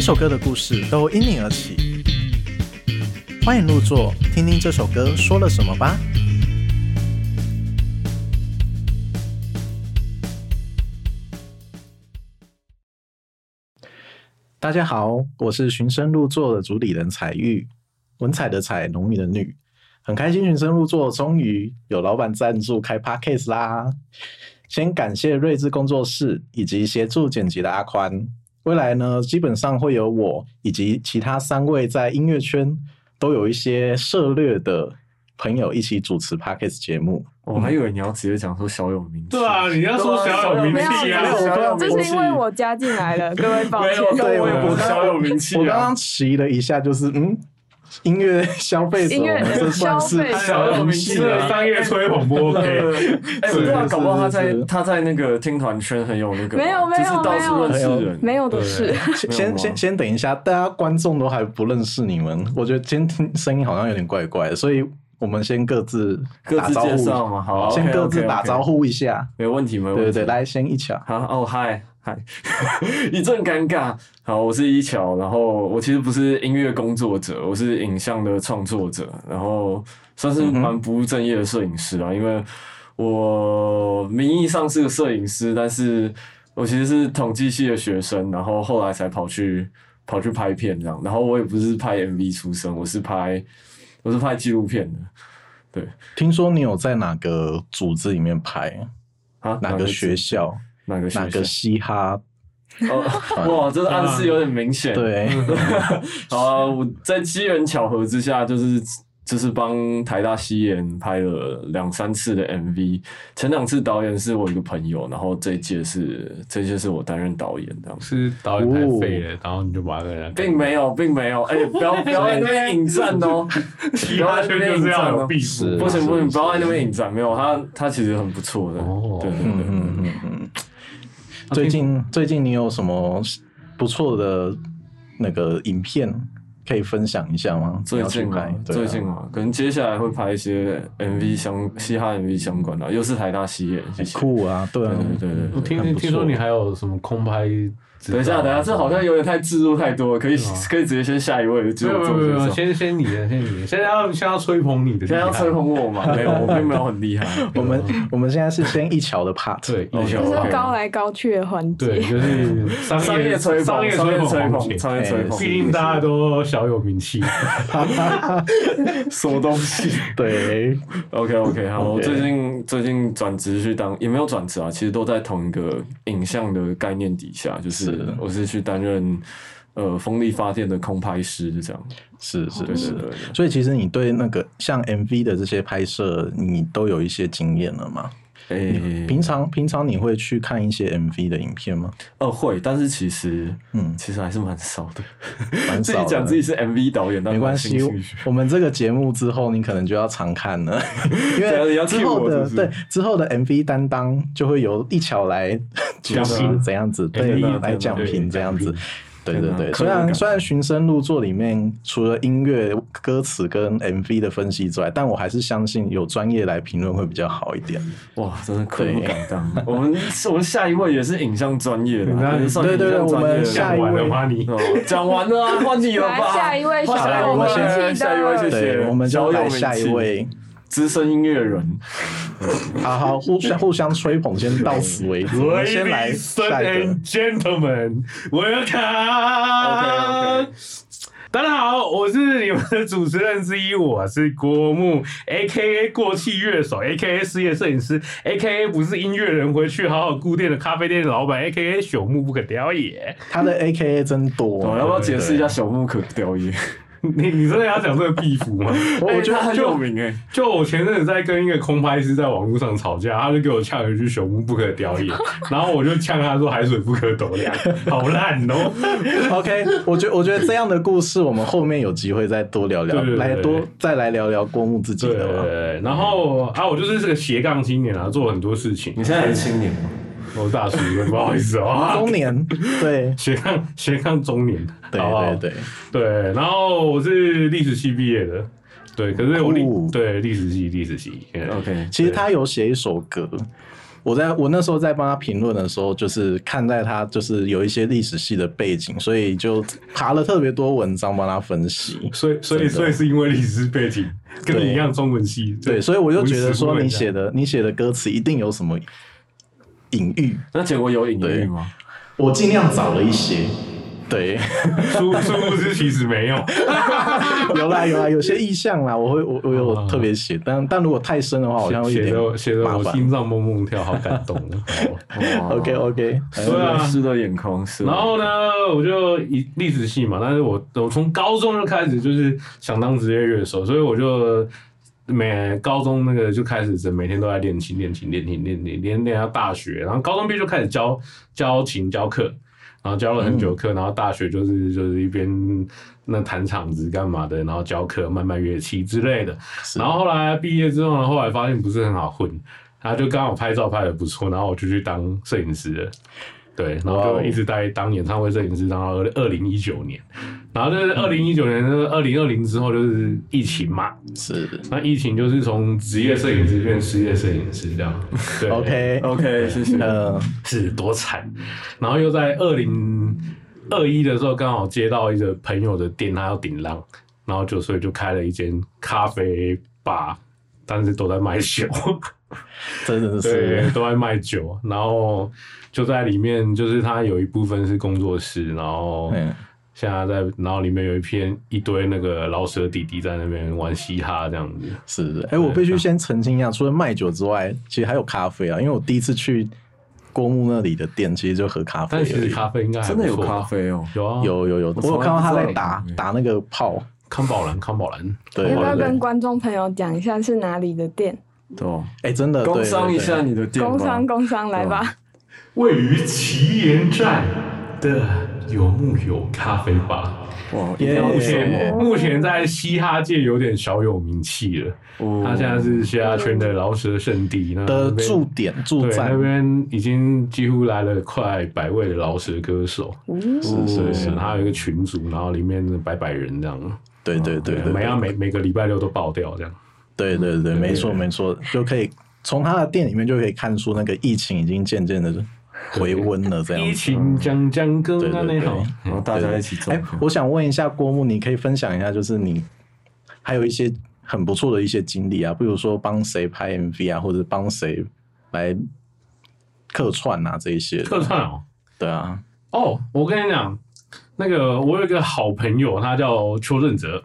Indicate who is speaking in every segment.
Speaker 1: 首歌的故事都因你而起。欢迎入座，听听这首歌说了什么吧。大家好，我是寻声入座的主理人彩玉，文采的采，浓郁的绿。很开心寻声入座，终于有老板赞助开 podcast 啦！先感谢睿智工作室以及协助剪辑的阿宽。未来呢，基本上会有我以及其他三位在音乐圈都有一些涉略的朋友一起主持 podcast 节目。
Speaker 2: 我哦还以为你要直接讲说小有名气。
Speaker 3: 对啊，你要说小有名气啊
Speaker 2: 没有，没有没有
Speaker 4: 这是因为我加进来 了，各位抱
Speaker 3: 没
Speaker 4: 歉
Speaker 3: 有，。
Speaker 1: 对
Speaker 3: 对我也
Speaker 1: 我
Speaker 3: 不
Speaker 1: 刚
Speaker 3: 小有名气
Speaker 1: 我刚
Speaker 3: 啊
Speaker 1: 刚，迟疑了一下，就是嗯，音乐消费者，
Speaker 4: 音乐
Speaker 1: 我们这算
Speaker 4: 呃消
Speaker 1: 是
Speaker 4: 费者
Speaker 3: 小有名
Speaker 2: 气啊
Speaker 3: 气啊的商业吹捧不 OK。
Speaker 2: 哎，不
Speaker 1: 是
Speaker 2: 过搞不好他
Speaker 1: 是
Speaker 2: 在
Speaker 1: 是
Speaker 2: 他在那个听团圈很有那个，
Speaker 4: 没有没有
Speaker 2: 就是到处认识人，
Speaker 4: 没有的事，
Speaker 1: 先
Speaker 2: 没有
Speaker 1: 先
Speaker 2: 吗
Speaker 1: 先先等一下，大家观众都还不认识你们，我觉得今天听声音好像有点怪怪的，所以我们先各自
Speaker 2: 各
Speaker 1: 打
Speaker 2: 自
Speaker 1: 招
Speaker 2: 介
Speaker 1: 呼，
Speaker 2: 绍嘛，好，
Speaker 1: 先
Speaker 2: OK，OK，
Speaker 1: 各自打
Speaker 2: OK
Speaker 1: 招，呼一下。
Speaker 2: 没问题，没问题。
Speaker 1: 对对对，来先一啊巧，
Speaker 2: 好哦，嗨嗨， 一阵尴尬。好，我是一乔，然后我其实不是音乐工作者，我是影像的创作者，然后
Speaker 1: 嗯
Speaker 2: 算是蛮不务正业的摄影师啊，因为我名义上是个摄影师，但是我其实是统计系的学生，然后后来才跑去跑去拍片这样，然后我也不是拍 MV 出身，我是拍我是拍纪录片的
Speaker 1: 听说你有在哪个组织里面拍？
Speaker 2: 啊，
Speaker 1: 哪个学校？
Speaker 2: 哪个学
Speaker 1: 哪个
Speaker 2: 校
Speaker 1: 嘻哈？
Speaker 2: 哦，哇，这个暗示有点明显，
Speaker 1: 对，嗯
Speaker 2: 好啊，我在机缘巧合之下，就是就是帮台大西演拍了两三次的 MV，前两次导演是我一个朋友，然后这一届是这一届是我担任导演这样子。
Speaker 3: 是导演太废了，然后你就把这个 人
Speaker 2: 并没有，并没有，哎、不要不要在那边引战 哦，不
Speaker 3: 嘻
Speaker 2: 要
Speaker 3: 哈
Speaker 2: 在那
Speaker 3: 圈
Speaker 2: 边
Speaker 3: 就
Speaker 2: 引
Speaker 3: 是要
Speaker 2: 战
Speaker 3: 有
Speaker 2: 哦，
Speaker 3: 壁
Speaker 1: 是
Speaker 3: 虎，
Speaker 2: 不行不行，不要在那边
Speaker 3: 影。
Speaker 2: 引战，没有他他其实很不错的，
Speaker 3: 哦
Speaker 2: 对对
Speaker 1: 嗯
Speaker 2: 对，
Speaker 1: 嗯嗯嗯。最近最近你有什么不错的那个影片可以分享一下吗？
Speaker 2: 最近
Speaker 1: 你要
Speaker 2: 嘛
Speaker 1: 去拍，对啊
Speaker 2: 最近嘛，可能接下来会拍一些 MV 相嘻哈 MV 相关的，又是台大西演，谢
Speaker 1: 很
Speaker 2: 谢。
Speaker 1: 酷啊，对啊
Speaker 2: 对，对对对
Speaker 3: 我听
Speaker 1: 很不错
Speaker 3: 听说你还有什么空拍执照？
Speaker 2: 等一下，等一下，这好像有点太置入太多了，可以
Speaker 3: 是吗
Speaker 2: 可以直接先下一位，
Speaker 3: 没
Speaker 2: 就
Speaker 3: 有
Speaker 2: 我
Speaker 3: 没有
Speaker 2: 做
Speaker 3: 没有没
Speaker 2: 介
Speaker 3: 有，
Speaker 2: 绍。
Speaker 3: 先先你啊的，先你的，现在要先要吹捧你的，
Speaker 2: 现在要吹捧我嘛？没有，我并没有很厉害。
Speaker 1: 我们我们现在是先一桥的 part，
Speaker 3: 对
Speaker 2: 哦
Speaker 3: 一
Speaker 4: 这
Speaker 3: 桥
Speaker 4: 是
Speaker 2: OK
Speaker 4: 高来高去的环
Speaker 3: 啊对，
Speaker 4: 节。
Speaker 3: 就是
Speaker 2: 商
Speaker 3: 商
Speaker 2: 业吹捧，
Speaker 3: 商业
Speaker 2: 商
Speaker 3: 吹
Speaker 2: 业
Speaker 3: 捧
Speaker 2: 吹
Speaker 3: 环
Speaker 2: 捧，
Speaker 3: 节，
Speaker 2: 商业吹捧，
Speaker 3: 毕竟大家都小有 名气。
Speaker 2: 什么东西
Speaker 1: 对，
Speaker 2: ？OK OK，好，我
Speaker 1: OK
Speaker 2: 最近最近转职去当，也没有转职啊，其实都在同一个影像的概念底下，就是
Speaker 1: 是
Speaker 2: 我是去担任呃风力发电的空拍师这样。
Speaker 1: 是是
Speaker 2: 对对
Speaker 1: 是。
Speaker 2: 对对。
Speaker 1: 所以其实你对那个像 MV 的这些拍摄，你都有一些经验了吗？
Speaker 2: 诶
Speaker 1: 平常平常你会去看一些 MV 的影片吗？
Speaker 2: 呃会，但是其实
Speaker 1: 嗯，
Speaker 2: 其实还是蛮少的。
Speaker 1: 蛮
Speaker 2: 自
Speaker 1: 少
Speaker 2: 己
Speaker 1: 的
Speaker 2: 讲自己是 MV 导演，但
Speaker 1: 没关系
Speaker 2: 蛮兴趣，
Speaker 1: 我们这个节目之后，你可能就要常看了，因
Speaker 2: 对啊你要
Speaker 1: 为之后
Speaker 2: cue 我
Speaker 1: 的
Speaker 2: 是不是
Speaker 1: 对之后的 MV 担当就会由一巧来主
Speaker 3: 讲
Speaker 1: 持
Speaker 2: 啊
Speaker 3: 评
Speaker 1: 这样
Speaker 2: 哎
Speaker 1: 子，对
Speaker 3: MV
Speaker 1: 来讲评
Speaker 3: 对
Speaker 1: 这样子
Speaker 3: 讲评。
Speaker 1: 对对对，虽
Speaker 2: 天哪可恶
Speaker 1: 然
Speaker 2: 感
Speaker 1: 虽然《寻声入座》里面除了音乐、歌词跟 MV 的分析之外，但我还是相信有专业来评论会比较好一点。
Speaker 2: 哇，真的可
Speaker 1: 对
Speaker 2: 不敢当。我们我们下一位也是影像专业的啊，
Speaker 3: 那
Speaker 2: 也是 算
Speaker 1: 对对对
Speaker 2: 影像专业
Speaker 1: 我们
Speaker 2: 的
Speaker 1: 下一位
Speaker 3: 讲完了吗你？
Speaker 2: 哦讲完了啊，换你了
Speaker 4: 来，
Speaker 2: 吧。
Speaker 4: 下一位
Speaker 2: 换
Speaker 4: 小
Speaker 2: 下一
Speaker 4: 有
Speaker 2: 位
Speaker 4: 名
Speaker 1: 我们
Speaker 4: 气
Speaker 2: 下一位谢
Speaker 4: 的
Speaker 2: 谢，
Speaker 1: 对，我们
Speaker 2: 小
Speaker 1: 就
Speaker 2: 有
Speaker 1: 来
Speaker 2: 名
Speaker 1: 下一
Speaker 2: 气
Speaker 1: 位，
Speaker 2: 资深音乐人。
Speaker 1: 好好互相互相吹捧，先到此为止。我们先来
Speaker 3: Ladies
Speaker 1: 下一个
Speaker 3: and gentlemen,
Speaker 1: 啊
Speaker 3: welcome.
Speaker 2: OK，OK
Speaker 3: 大家好，我是你们的主持人之一，我是郭牧，A K A 过气乐手，A K A 失业摄影师，A K A 不是音乐人回去好好顾店的咖啡店老板，A K A 朽木不可雕也。
Speaker 1: 他的 A K A 真多，
Speaker 2: 哦我要不要解释一
Speaker 1: 对
Speaker 2: 下朽木可雕也？
Speaker 3: 你你真的要讲这个壁 虎吗？
Speaker 2: 我
Speaker 3: 哎
Speaker 2: 觉得
Speaker 3: 他
Speaker 2: 很
Speaker 3: 就
Speaker 2: 有名哎。
Speaker 3: 就我前阵子在跟一个空拍师在网络上吵架，他就给我呛一句“朽木不可雕 也”，然后我就呛他说“海水不可斗量”，好烂哦、
Speaker 1: OK，我觉我觉得这样的故事，我们后面有机会再多聊聊，
Speaker 3: 对对对
Speaker 1: 来多再来聊聊郭牧自己
Speaker 3: 对
Speaker 1: 的吧。
Speaker 3: 然后啊，我就是这个斜杠青年啊，做很多事情
Speaker 1: 嗯
Speaker 2: 你。现在还是青年吗？
Speaker 3: 我是大叔，不好意思啊、
Speaker 1: 中年，对
Speaker 3: 斜杠斜杠中年，
Speaker 1: 对
Speaker 3: 好不好
Speaker 1: 对对，
Speaker 3: 对。然后我是历史系毕业的，对，可是我历
Speaker 1: 酷哦
Speaker 3: 对历史系历史系，嗯
Speaker 2: OK，
Speaker 1: 其实他有写一首歌，我在我那时候在帮他评论的时候，就是看待他就是有一些历史系的背景，所以就爬了特别多文章帮他分 析。
Speaker 3: 所以所以
Speaker 1: 真的
Speaker 3: 所以是因为历史背景跟你
Speaker 1: 对
Speaker 3: 一样中文系，
Speaker 1: 对，所以我就觉得说你
Speaker 3: 的。
Speaker 1: 写的你写的歌词一定有什么隐喻，
Speaker 2: 那结果有隐喻
Speaker 1: 对
Speaker 2: 吗？
Speaker 1: 我尽量找了一些。对，
Speaker 3: 殊 殊不知其实没有。
Speaker 1: 有啦有啦，有些意象啦，我会我我
Speaker 2: 哦
Speaker 1: 有特别写，但但如果太深的话，好像会有
Speaker 3: 写
Speaker 1: 点
Speaker 3: 的写的
Speaker 1: 麻
Speaker 3: 我
Speaker 1: 烦
Speaker 3: 心脏蹦蹦跳，好感 动哦。
Speaker 2: 哇哎
Speaker 1: OK OK，
Speaker 2: 湿
Speaker 3: 对啊
Speaker 2: 了湿了眼眶是。
Speaker 3: 然后呢，我就以历史系嘛，但是我我从高中就开始就是想当职业乐手，所以我就每高中那个就开始每天都在练琴，练琴，练琴，练练练练到大学，然后高中毕业就开始教教琴教课。然后教了很久课，然后大学就是就是一边那弹场子干嘛的，然后教课、慢慢乐器之类的。
Speaker 1: 是
Speaker 3: 然后后来毕业之后呢，后来发现不是很好混，然后就刚好拍照拍的不错，然后我就去当摄影师了。对，然后
Speaker 1: 哇哦
Speaker 3: 就一直待当演唱会摄影师，然后二零一九年，然后就是二零一九年，就是二零二零之后就是疫情嘛，
Speaker 1: 是
Speaker 3: 那疫情就是从职业摄影师变失业摄影师这样，对
Speaker 1: OK，
Speaker 2: OK，谢谢。
Speaker 1: 呃，
Speaker 3: 是多惨。然后又在二零二一的时候，刚好接到一个朋友的店，他要顶浪，然后就所以就开了一间咖啡吧，但是都在卖酒，
Speaker 1: 真的
Speaker 3: 对
Speaker 1: 是，
Speaker 3: 都在卖酒。然后就在里面，就是他有一部分是工作室，然后
Speaker 1: 嗯，
Speaker 3: 现在在，然后里面有一片一堆那个老舍弟弟在那边玩嘻哈这样子。
Speaker 1: 是，哎、我必须先澄清一下，除了卖酒之外，其实还有咖啡啊，因为我第一次去郭牧那里的店，其实就喝咖啡而
Speaker 3: 但
Speaker 1: 已。
Speaker 3: 其实咖啡应该还
Speaker 2: 真的有
Speaker 3: 不错吧
Speaker 2: 咖，啡哦，
Speaker 3: 有啊，
Speaker 1: 有有有，我有看到他在打
Speaker 2: 我从来不知道
Speaker 1: 打那个炮，
Speaker 3: 康宝蓝，康宝蓝，
Speaker 1: 对
Speaker 4: 要
Speaker 1: 对
Speaker 4: 不要
Speaker 1: 对，
Speaker 4: 跟
Speaker 1: 哎、
Speaker 4: 观众朋友讲一下是哪里的店？
Speaker 2: 对哦，
Speaker 1: 哎真的，呃对
Speaker 2: 工
Speaker 1: 对
Speaker 2: 商一
Speaker 1: 对
Speaker 2: 下你的店吧。
Speaker 4: 工商工商来吧，
Speaker 3: 位于旗岩站的游牧友咖啡吧，
Speaker 2: 哇，一定要
Speaker 1: 耶
Speaker 3: 目
Speaker 2: 什
Speaker 3: 前
Speaker 2: 么？
Speaker 3: 目前在嘻哈界有点小有名气了。
Speaker 2: 哦
Speaker 3: 他现在是嘻哈圈的饶舌圣地，那
Speaker 1: 的
Speaker 3: 那边
Speaker 1: 驻点驻
Speaker 3: 对那
Speaker 1: 站，
Speaker 3: 边已经几乎来了快百位的饶舌歌手，
Speaker 4: 嗯
Speaker 1: 哦
Speaker 2: 是
Speaker 3: 对
Speaker 2: 是是，，
Speaker 3: 他有一个群组，然后里面百百人这样，
Speaker 1: 对
Speaker 2: 哦
Speaker 1: 对对对
Speaker 3: 每
Speaker 1: 对
Speaker 3: 要每每个礼拜六都爆掉这样。
Speaker 1: 对对对，没错没错，就可以从他的店里面就可以看出那个疫情已经渐渐的回温了，这
Speaker 3: 疫
Speaker 1: 样子。
Speaker 3: 情将将更
Speaker 1: 对对
Speaker 3: 啊那
Speaker 1: 对
Speaker 3: 好，
Speaker 2: 然后大家一起走
Speaker 1: 哎、。我想问一下郭牧，你可以分享一下，就是你还有一些很不错的一些经历啊，比如说帮谁拍 MV 啊，或者帮谁来客串啊这一些的。
Speaker 3: 客串哦。
Speaker 1: 对啊，
Speaker 3: 哦，我跟你讲，那个我有一个好朋友，他叫邱正哲，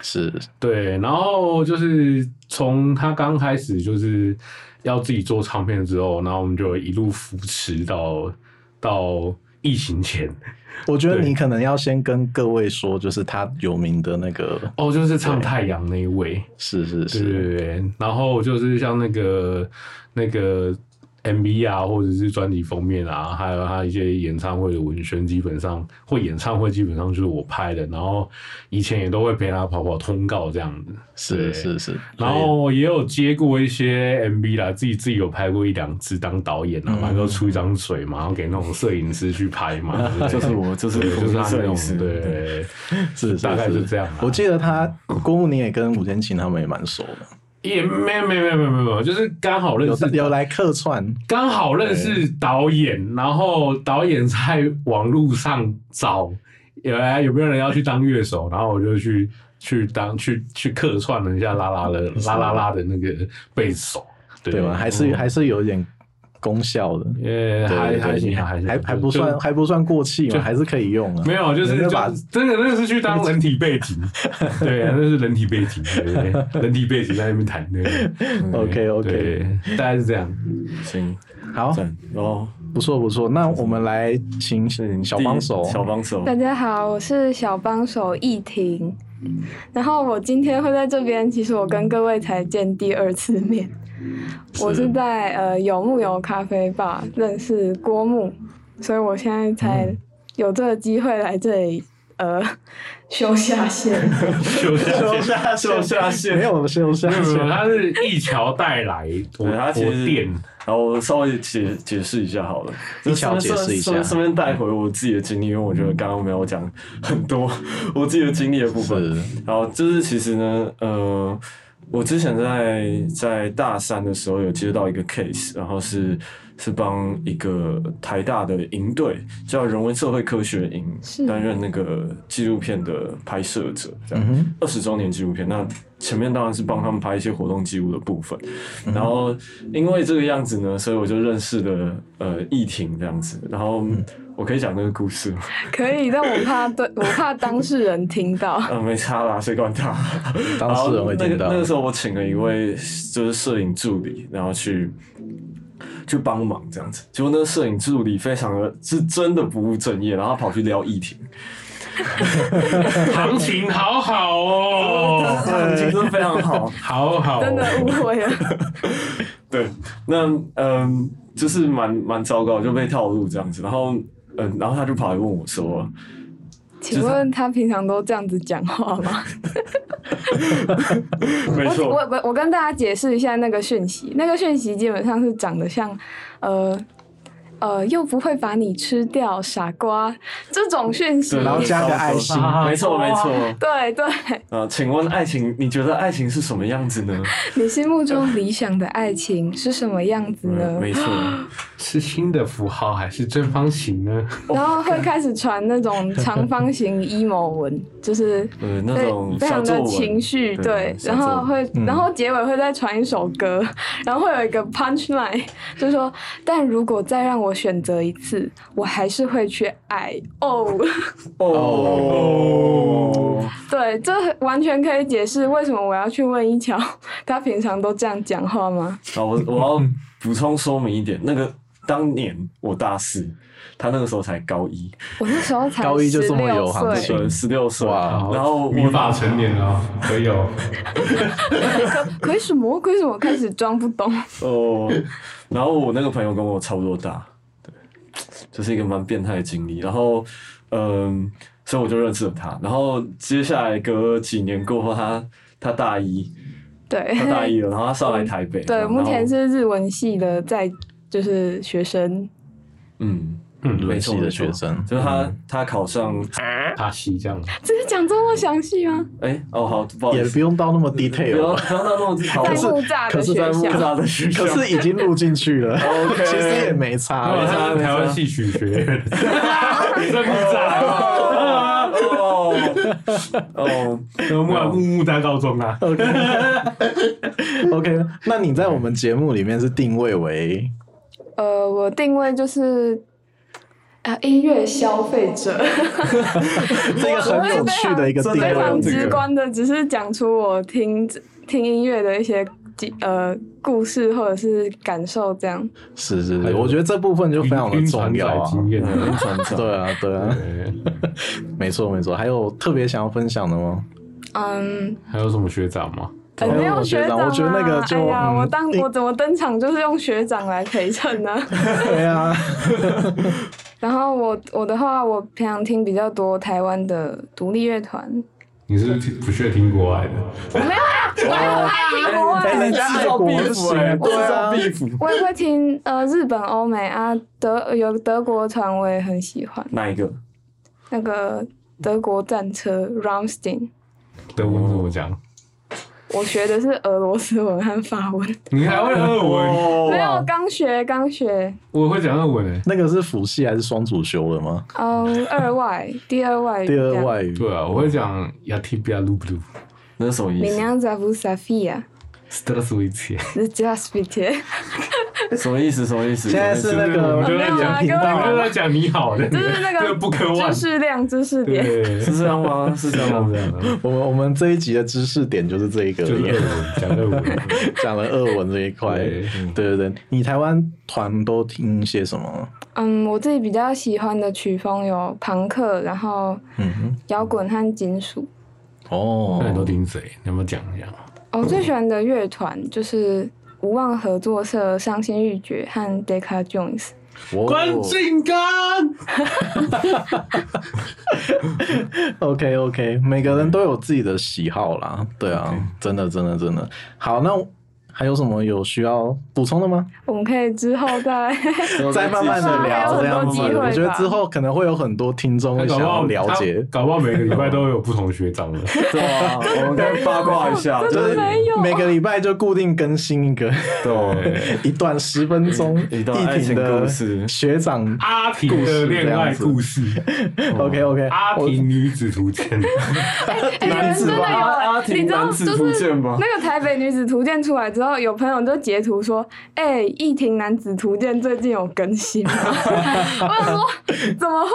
Speaker 1: 是
Speaker 3: 对，然后就是从他刚开始就是要自己做唱片之后，然后我们就一路扶持到到疫情前，
Speaker 1: 我觉得
Speaker 3: 对
Speaker 1: 你可能要先跟各位说，就是他有名的那个，
Speaker 3: 哦，就是唱太阳那一位，
Speaker 1: 是是
Speaker 3: 对
Speaker 1: 是，
Speaker 3: 对对，然后就是像那个那个 MV 啊，或者是专辑封面啊，还有他一些演唱会的文宣，基本上或演唱会基本上就是我拍的，然后以前也都会陪他跑跑通告这样子，
Speaker 1: 是
Speaker 3: 对
Speaker 1: 是是。
Speaker 3: 然后也有接过一些 MV 啦，自己自己有拍过一两支当导演啊，
Speaker 1: 嗯
Speaker 3: 反正都出一张嘴嘛，然后给那种摄影师去拍嘛，对不
Speaker 2: 嗯
Speaker 3: 对
Speaker 2: 就是我就是
Speaker 3: 对就是他
Speaker 2: 摄
Speaker 3: 那
Speaker 2: 影
Speaker 3: 种
Speaker 2: 师
Speaker 3: 对，
Speaker 1: 是是
Speaker 3: 大概是这样啊
Speaker 1: 我记得他郭牧，你也跟吴建琴他们也蛮熟的，
Speaker 3: 也没有没有没有没有没有，就是刚好认
Speaker 1: 有
Speaker 3: 识
Speaker 1: 有来客串，
Speaker 3: 刚好认识导演，然后导演在网络上找有哎有没有人要去当乐手，然后我就去去当去去客串了一下啦啦的啦啦啦的那个贝斯手，
Speaker 1: 对吧？还是还是有一点功效的。
Speaker 3: 呃
Speaker 1: 对
Speaker 3: 嗯还
Speaker 1: 对
Speaker 3: 还
Speaker 1: 对你
Speaker 3: 行啊还行
Speaker 1: 还还不
Speaker 3: 就
Speaker 1: 算还不算过气嘛，
Speaker 3: 就
Speaker 1: 还是可以用啊。
Speaker 3: 没有，就是
Speaker 1: 人家
Speaker 3: 就
Speaker 1: 把
Speaker 3: 是真的，那是去当人体背景，对，那是人体背景，对对对，人体背景在那边弹那个
Speaker 1: OK
Speaker 3: 对
Speaker 1: OK，
Speaker 3: 大概是这样。
Speaker 2: 行，
Speaker 1: 好，
Speaker 2: 赞哦，
Speaker 1: 不错不错。那我们来请
Speaker 2: 是你
Speaker 1: 小
Speaker 2: 第一
Speaker 1: 帮手，
Speaker 2: 小帮手，
Speaker 4: 大家好，我是小帮手易婷。然后我今天会在这边，其实我跟各位才见第二次面。我是在呃有木有咖啡吧认识郭木，所以我现在才有这个机会来这里呃 修下线。
Speaker 3: 休息
Speaker 1: 秀下
Speaker 2: 秀下线
Speaker 1: 没有秀下
Speaker 3: 没 有没有，
Speaker 1: 线，
Speaker 3: 他是一桥带来，我
Speaker 2: 对他
Speaker 3: 我
Speaker 2: 其实
Speaker 3: 店
Speaker 2: 然后我稍微解解释一下好了，
Speaker 1: 一条
Speaker 2: 就顺
Speaker 1: 解释一下
Speaker 2: 顺顺顺便带回我自己的经历，因为我觉得刚刚没有讲很多我自己的经历的部分。
Speaker 1: 是
Speaker 2: 然后就是其实呢，呃，我之前在在大三的时候有接到一个 case，然后是是帮一个台大的营队叫人文社会科学营
Speaker 4: 是
Speaker 2: 担任那个纪录片的拍摄者，这样
Speaker 1: 嗯哼，
Speaker 2: 二十周年纪录片。那前面当然是帮他们拍一些活动记录的部分，
Speaker 1: 嗯
Speaker 2: 然后因为这个样子呢，所以我就认识了呃易婷这样子，然后
Speaker 1: 嗯
Speaker 2: 我可以讲这个故事吗？
Speaker 4: 可以，但我怕对我怕当事人听 到。
Speaker 2: 呃，没差啦，谁管他？
Speaker 1: 当事人会听
Speaker 2: 然后那个。
Speaker 1: 到
Speaker 2: 那个时候我请了一位就是摄影助理，然后去去帮忙这样子。结果那个摄影助理非常的是真的不务正业，然后他跑去撩议婷，
Speaker 3: 行情好 好哦，
Speaker 2: 感情真的非常好。
Speaker 3: 好好哦，
Speaker 4: 真的误会了，
Speaker 2: 对，那嗯，就是蛮蛮糟糕，就被套路这样子。然后嗯，然后他就跑来问我说，
Speaker 4: 请问他平常都这样子讲话吗？
Speaker 2: 没
Speaker 4: 嗯我
Speaker 2: 错，
Speaker 4: 我我我跟大家解释一下那个讯息，那个讯息基本上是长得像，呃呃，又不会把你吃掉，傻瓜这种讯息
Speaker 2: 对，。
Speaker 1: 然后加个爱心
Speaker 2: 没错没错。
Speaker 4: 对对，
Speaker 2: 呃，请问爱情，你觉得爱情是什么样子呢？
Speaker 4: 你心目中理想的爱情是什么样子
Speaker 2: 嗯
Speaker 4: 呢？
Speaker 2: 没错。
Speaker 3: 是新的符号还是正方形呢？
Speaker 4: 然后
Speaker 2: 哦
Speaker 4: 会开始传那种长方形 emo 文，就是
Speaker 2: 呃，那
Speaker 4: 非
Speaker 2: 种
Speaker 4: 非
Speaker 2: 小
Speaker 4: 常
Speaker 2: 作
Speaker 4: 的
Speaker 2: 文
Speaker 4: 情绪，对，
Speaker 2: 小
Speaker 4: 然
Speaker 2: 作
Speaker 4: 后
Speaker 2: 文
Speaker 4: 会，
Speaker 1: 嗯
Speaker 4: 然后结尾会再传一首歌，然后会有一个 punch line，就 说，但如果再让我选择一次，我还是会去爱哦。
Speaker 2: 哦，
Speaker 4: 对，这完全可以解释为什么我要去问一乔，他平常都这样讲话吗？
Speaker 2: 好，我我要补充说明一点，那个当年我大四，他那个时候才高一，
Speaker 4: 我那时候才
Speaker 1: 高一就
Speaker 4: 十
Speaker 1: 这么有
Speaker 4: 六
Speaker 1: 行
Speaker 4: 岁
Speaker 1: 情，
Speaker 2: 呃，十六岁，
Speaker 1: 哇
Speaker 2: 然后
Speaker 3: 你
Speaker 2: 我
Speaker 3: 爸成年了，可以哦。
Speaker 4: 可可以什么？可以什么？开始装不懂。
Speaker 2: 哦，然后我那个朋友跟我差不多大，对，这、是一个蛮变态的经历。然后，嗯，所以我就认识了他。然后接下来隔几年过后，他他大一，
Speaker 4: 对
Speaker 2: 他大一了，然后他上来台北，
Speaker 4: 对，
Speaker 2: 然后
Speaker 4: 目前是日文系的在就是学生，
Speaker 2: 嗯，
Speaker 3: 嗯，
Speaker 1: 日系的学生，嗯
Speaker 2: 就是他他考上，
Speaker 3: 他吸这样子，
Speaker 4: 这个讲这么详细吗？
Speaker 2: 哎、哦，好，不好意
Speaker 1: 也
Speaker 2: 思，
Speaker 1: 不用到那么
Speaker 2: 不要
Speaker 1: detail，吧
Speaker 2: 不要到那么好，
Speaker 4: 在
Speaker 2: 我
Speaker 4: 木栅
Speaker 1: 哦可
Speaker 4: 的
Speaker 1: 是
Speaker 4: 学
Speaker 2: 在木
Speaker 4: 校，
Speaker 2: 栅的学校。
Speaker 1: 可是已经录进去 了
Speaker 2: OK
Speaker 1: 其实也没差
Speaker 3: 他
Speaker 2: 没
Speaker 1: 啦。
Speaker 2: 差
Speaker 3: 是台湾戏曲学院，你这么渣，
Speaker 2: 哦哦哦，
Speaker 3: 我们木木大高中啊，
Speaker 1: OK OK，那你在我们节目里面是定位为
Speaker 4: 呃，我定位就是。呃，音乐消 费者，
Speaker 1: 这个很有趣的一个定
Speaker 2: 对
Speaker 4: 非
Speaker 1: 位
Speaker 4: 常
Speaker 1: 哦，
Speaker 2: 这个
Speaker 4: 直观的，只是讲出我听听音乐的一些记呃故事或者是感受这样。
Speaker 1: 是是
Speaker 3: 还
Speaker 1: 是，
Speaker 3: 有
Speaker 1: 哎我觉得这部分就非常的
Speaker 3: 晕
Speaker 1: 重
Speaker 3: 船
Speaker 1: 要
Speaker 3: 仔
Speaker 1: 啊。
Speaker 3: 经验啊。
Speaker 2: 嗯船长，
Speaker 1: 对啊，对啊，
Speaker 3: 对
Speaker 1: 没错没错。还有特别想要分享的吗？
Speaker 4: 嗯，
Speaker 3: 还有什么学长吗？
Speaker 4: 呃
Speaker 1: 哦
Speaker 4: 没有学长啊，
Speaker 1: 我觉得那个就
Speaker 4: 哎呀，
Speaker 1: 嗯
Speaker 4: 我当
Speaker 1: 一
Speaker 4: 我怎么登场就是用学长来陪 衬呢、
Speaker 1: 对啊，
Speaker 4: 然后我我的话，我平常听比较多台湾的独立乐团，
Speaker 3: 你是不是不屑听国外的？
Speaker 4: 我也有爱听国外
Speaker 1: 哎
Speaker 4: 的
Speaker 1: 人
Speaker 2: 制
Speaker 1: 家爱
Speaker 2: 造
Speaker 1: 国
Speaker 2: 壁虎
Speaker 1: 心
Speaker 2: 哎，制
Speaker 1: 对
Speaker 2: 造
Speaker 1: 啊
Speaker 2: 壁虎。
Speaker 4: 我也会听呃日本、欧美啊，德有德国团我也很喜欢，
Speaker 2: 哪一个？
Speaker 4: 那个德国战车 Ramstein。
Speaker 3: 德文怎么讲？
Speaker 4: 我学的是俄罗斯文和法 文，
Speaker 3: 你还会俄文？
Speaker 4: 没有
Speaker 2: 哦，
Speaker 4: 刚学刚学，
Speaker 3: 我会讲俄文欸诶。
Speaker 1: 那个是辅系还是双主修的吗？
Speaker 4: 嗯，二外第二外语
Speaker 1: 第
Speaker 4: 这
Speaker 1: 二
Speaker 4: 样。
Speaker 1: 外语
Speaker 3: 对啊，我会讲 ya t i b i a l u b l u
Speaker 2: 那是什么意
Speaker 4: 米
Speaker 2: 思？
Speaker 4: 娘扎夫萨菲亚，
Speaker 3: s t r a s w i t
Speaker 4: 是 just be t
Speaker 2: 什么意思？什么意思？
Speaker 1: 现在
Speaker 2: 什
Speaker 1: 是
Speaker 2: 么意
Speaker 1: 那个
Speaker 3: 我们就在
Speaker 1: 人
Speaker 4: 讲
Speaker 1: 频
Speaker 4: 各
Speaker 1: 道
Speaker 4: 位
Speaker 3: 我
Speaker 1: 啊
Speaker 3: 就在讲你好的，
Speaker 4: 就是那
Speaker 3: 这个
Speaker 4: 个
Speaker 3: 不可挽
Speaker 4: 知，识量、知识点。
Speaker 3: 对，
Speaker 2: 思？是这样吗？是这
Speaker 3: 这
Speaker 2: 样
Speaker 3: 样
Speaker 2: 吗？
Speaker 3: 这样的，
Speaker 1: 我们我们这一集的知识点就是这一个，
Speaker 3: 就是俄文，讲俄文。
Speaker 1: 讲了俄文这一块。
Speaker 3: 对
Speaker 1: 对对对，你台湾团都听些什么？
Speaker 4: 嗯，我自己比较喜欢的曲风有朋克，然后
Speaker 1: 嗯哼，
Speaker 4: 摇滚和金属。
Speaker 3: 那你都
Speaker 1: 哦，
Speaker 3: 听谁？你要不要讲一下？
Speaker 4: 我哦最喜欢的乐团就是无望合作社、伤心欲绝和 Decca Jones。
Speaker 1: 哦
Speaker 3: 关静刚，
Speaker 1: OK OK，每个人都有自己的喜好啦，对啊真的真的真的。好，那还有什么有需要补充的吗？
Speaker 4: 我们可以之后再 来
Speaker 1: 再慢慢的聊，这
Speaker 4: 还有很
Speaker 1: 样
Speaker 4: 多
Speaker 1: 子，
Speaker 4: 机会吧
Speaker 1: 我觉得之后可能会有很多听众
Speaker 3: 他
Speaker 1: 会
Speaker 3: 搞
Speaker 1: 想
Speaker 3: 不
Speaker 1: 要
Speaker 3: 好
Speaker 1: 了解，
Speaker 3: 他搞不好每个礼拜都有不同学长了。
Speaker 2: 对啊，我们可以八卦一下，就
Speaker 1: 就是是
Speaker 4: 没有
Speaker 1: 每个礼拜就固定更新一个
Speaker 2: 对
Speaker 1: 一段十分钟
Speaker 2: 一段爱情
Speaker 1: 婷的
Speaker 2: 故事
Speaker 1: 学长。
Speaker 3: 阿婷的恋爱故事，
Speaker 1: OK OK，
Speaker 3: 阿婷女子图鉴，
Speaker 4: 哎有人真的有
Speaker 2: 吧阿阿婷
Speaker 4: 你知道
Speaker 2: 男子图
Speaker 4: 就是
Speaker 2: 鉴吧
Speaker 4: 那个台北女子图鉴出来之后，有朋友就截图说：“哎、一婷男子图鉴最近有更新。” 我想说，怎么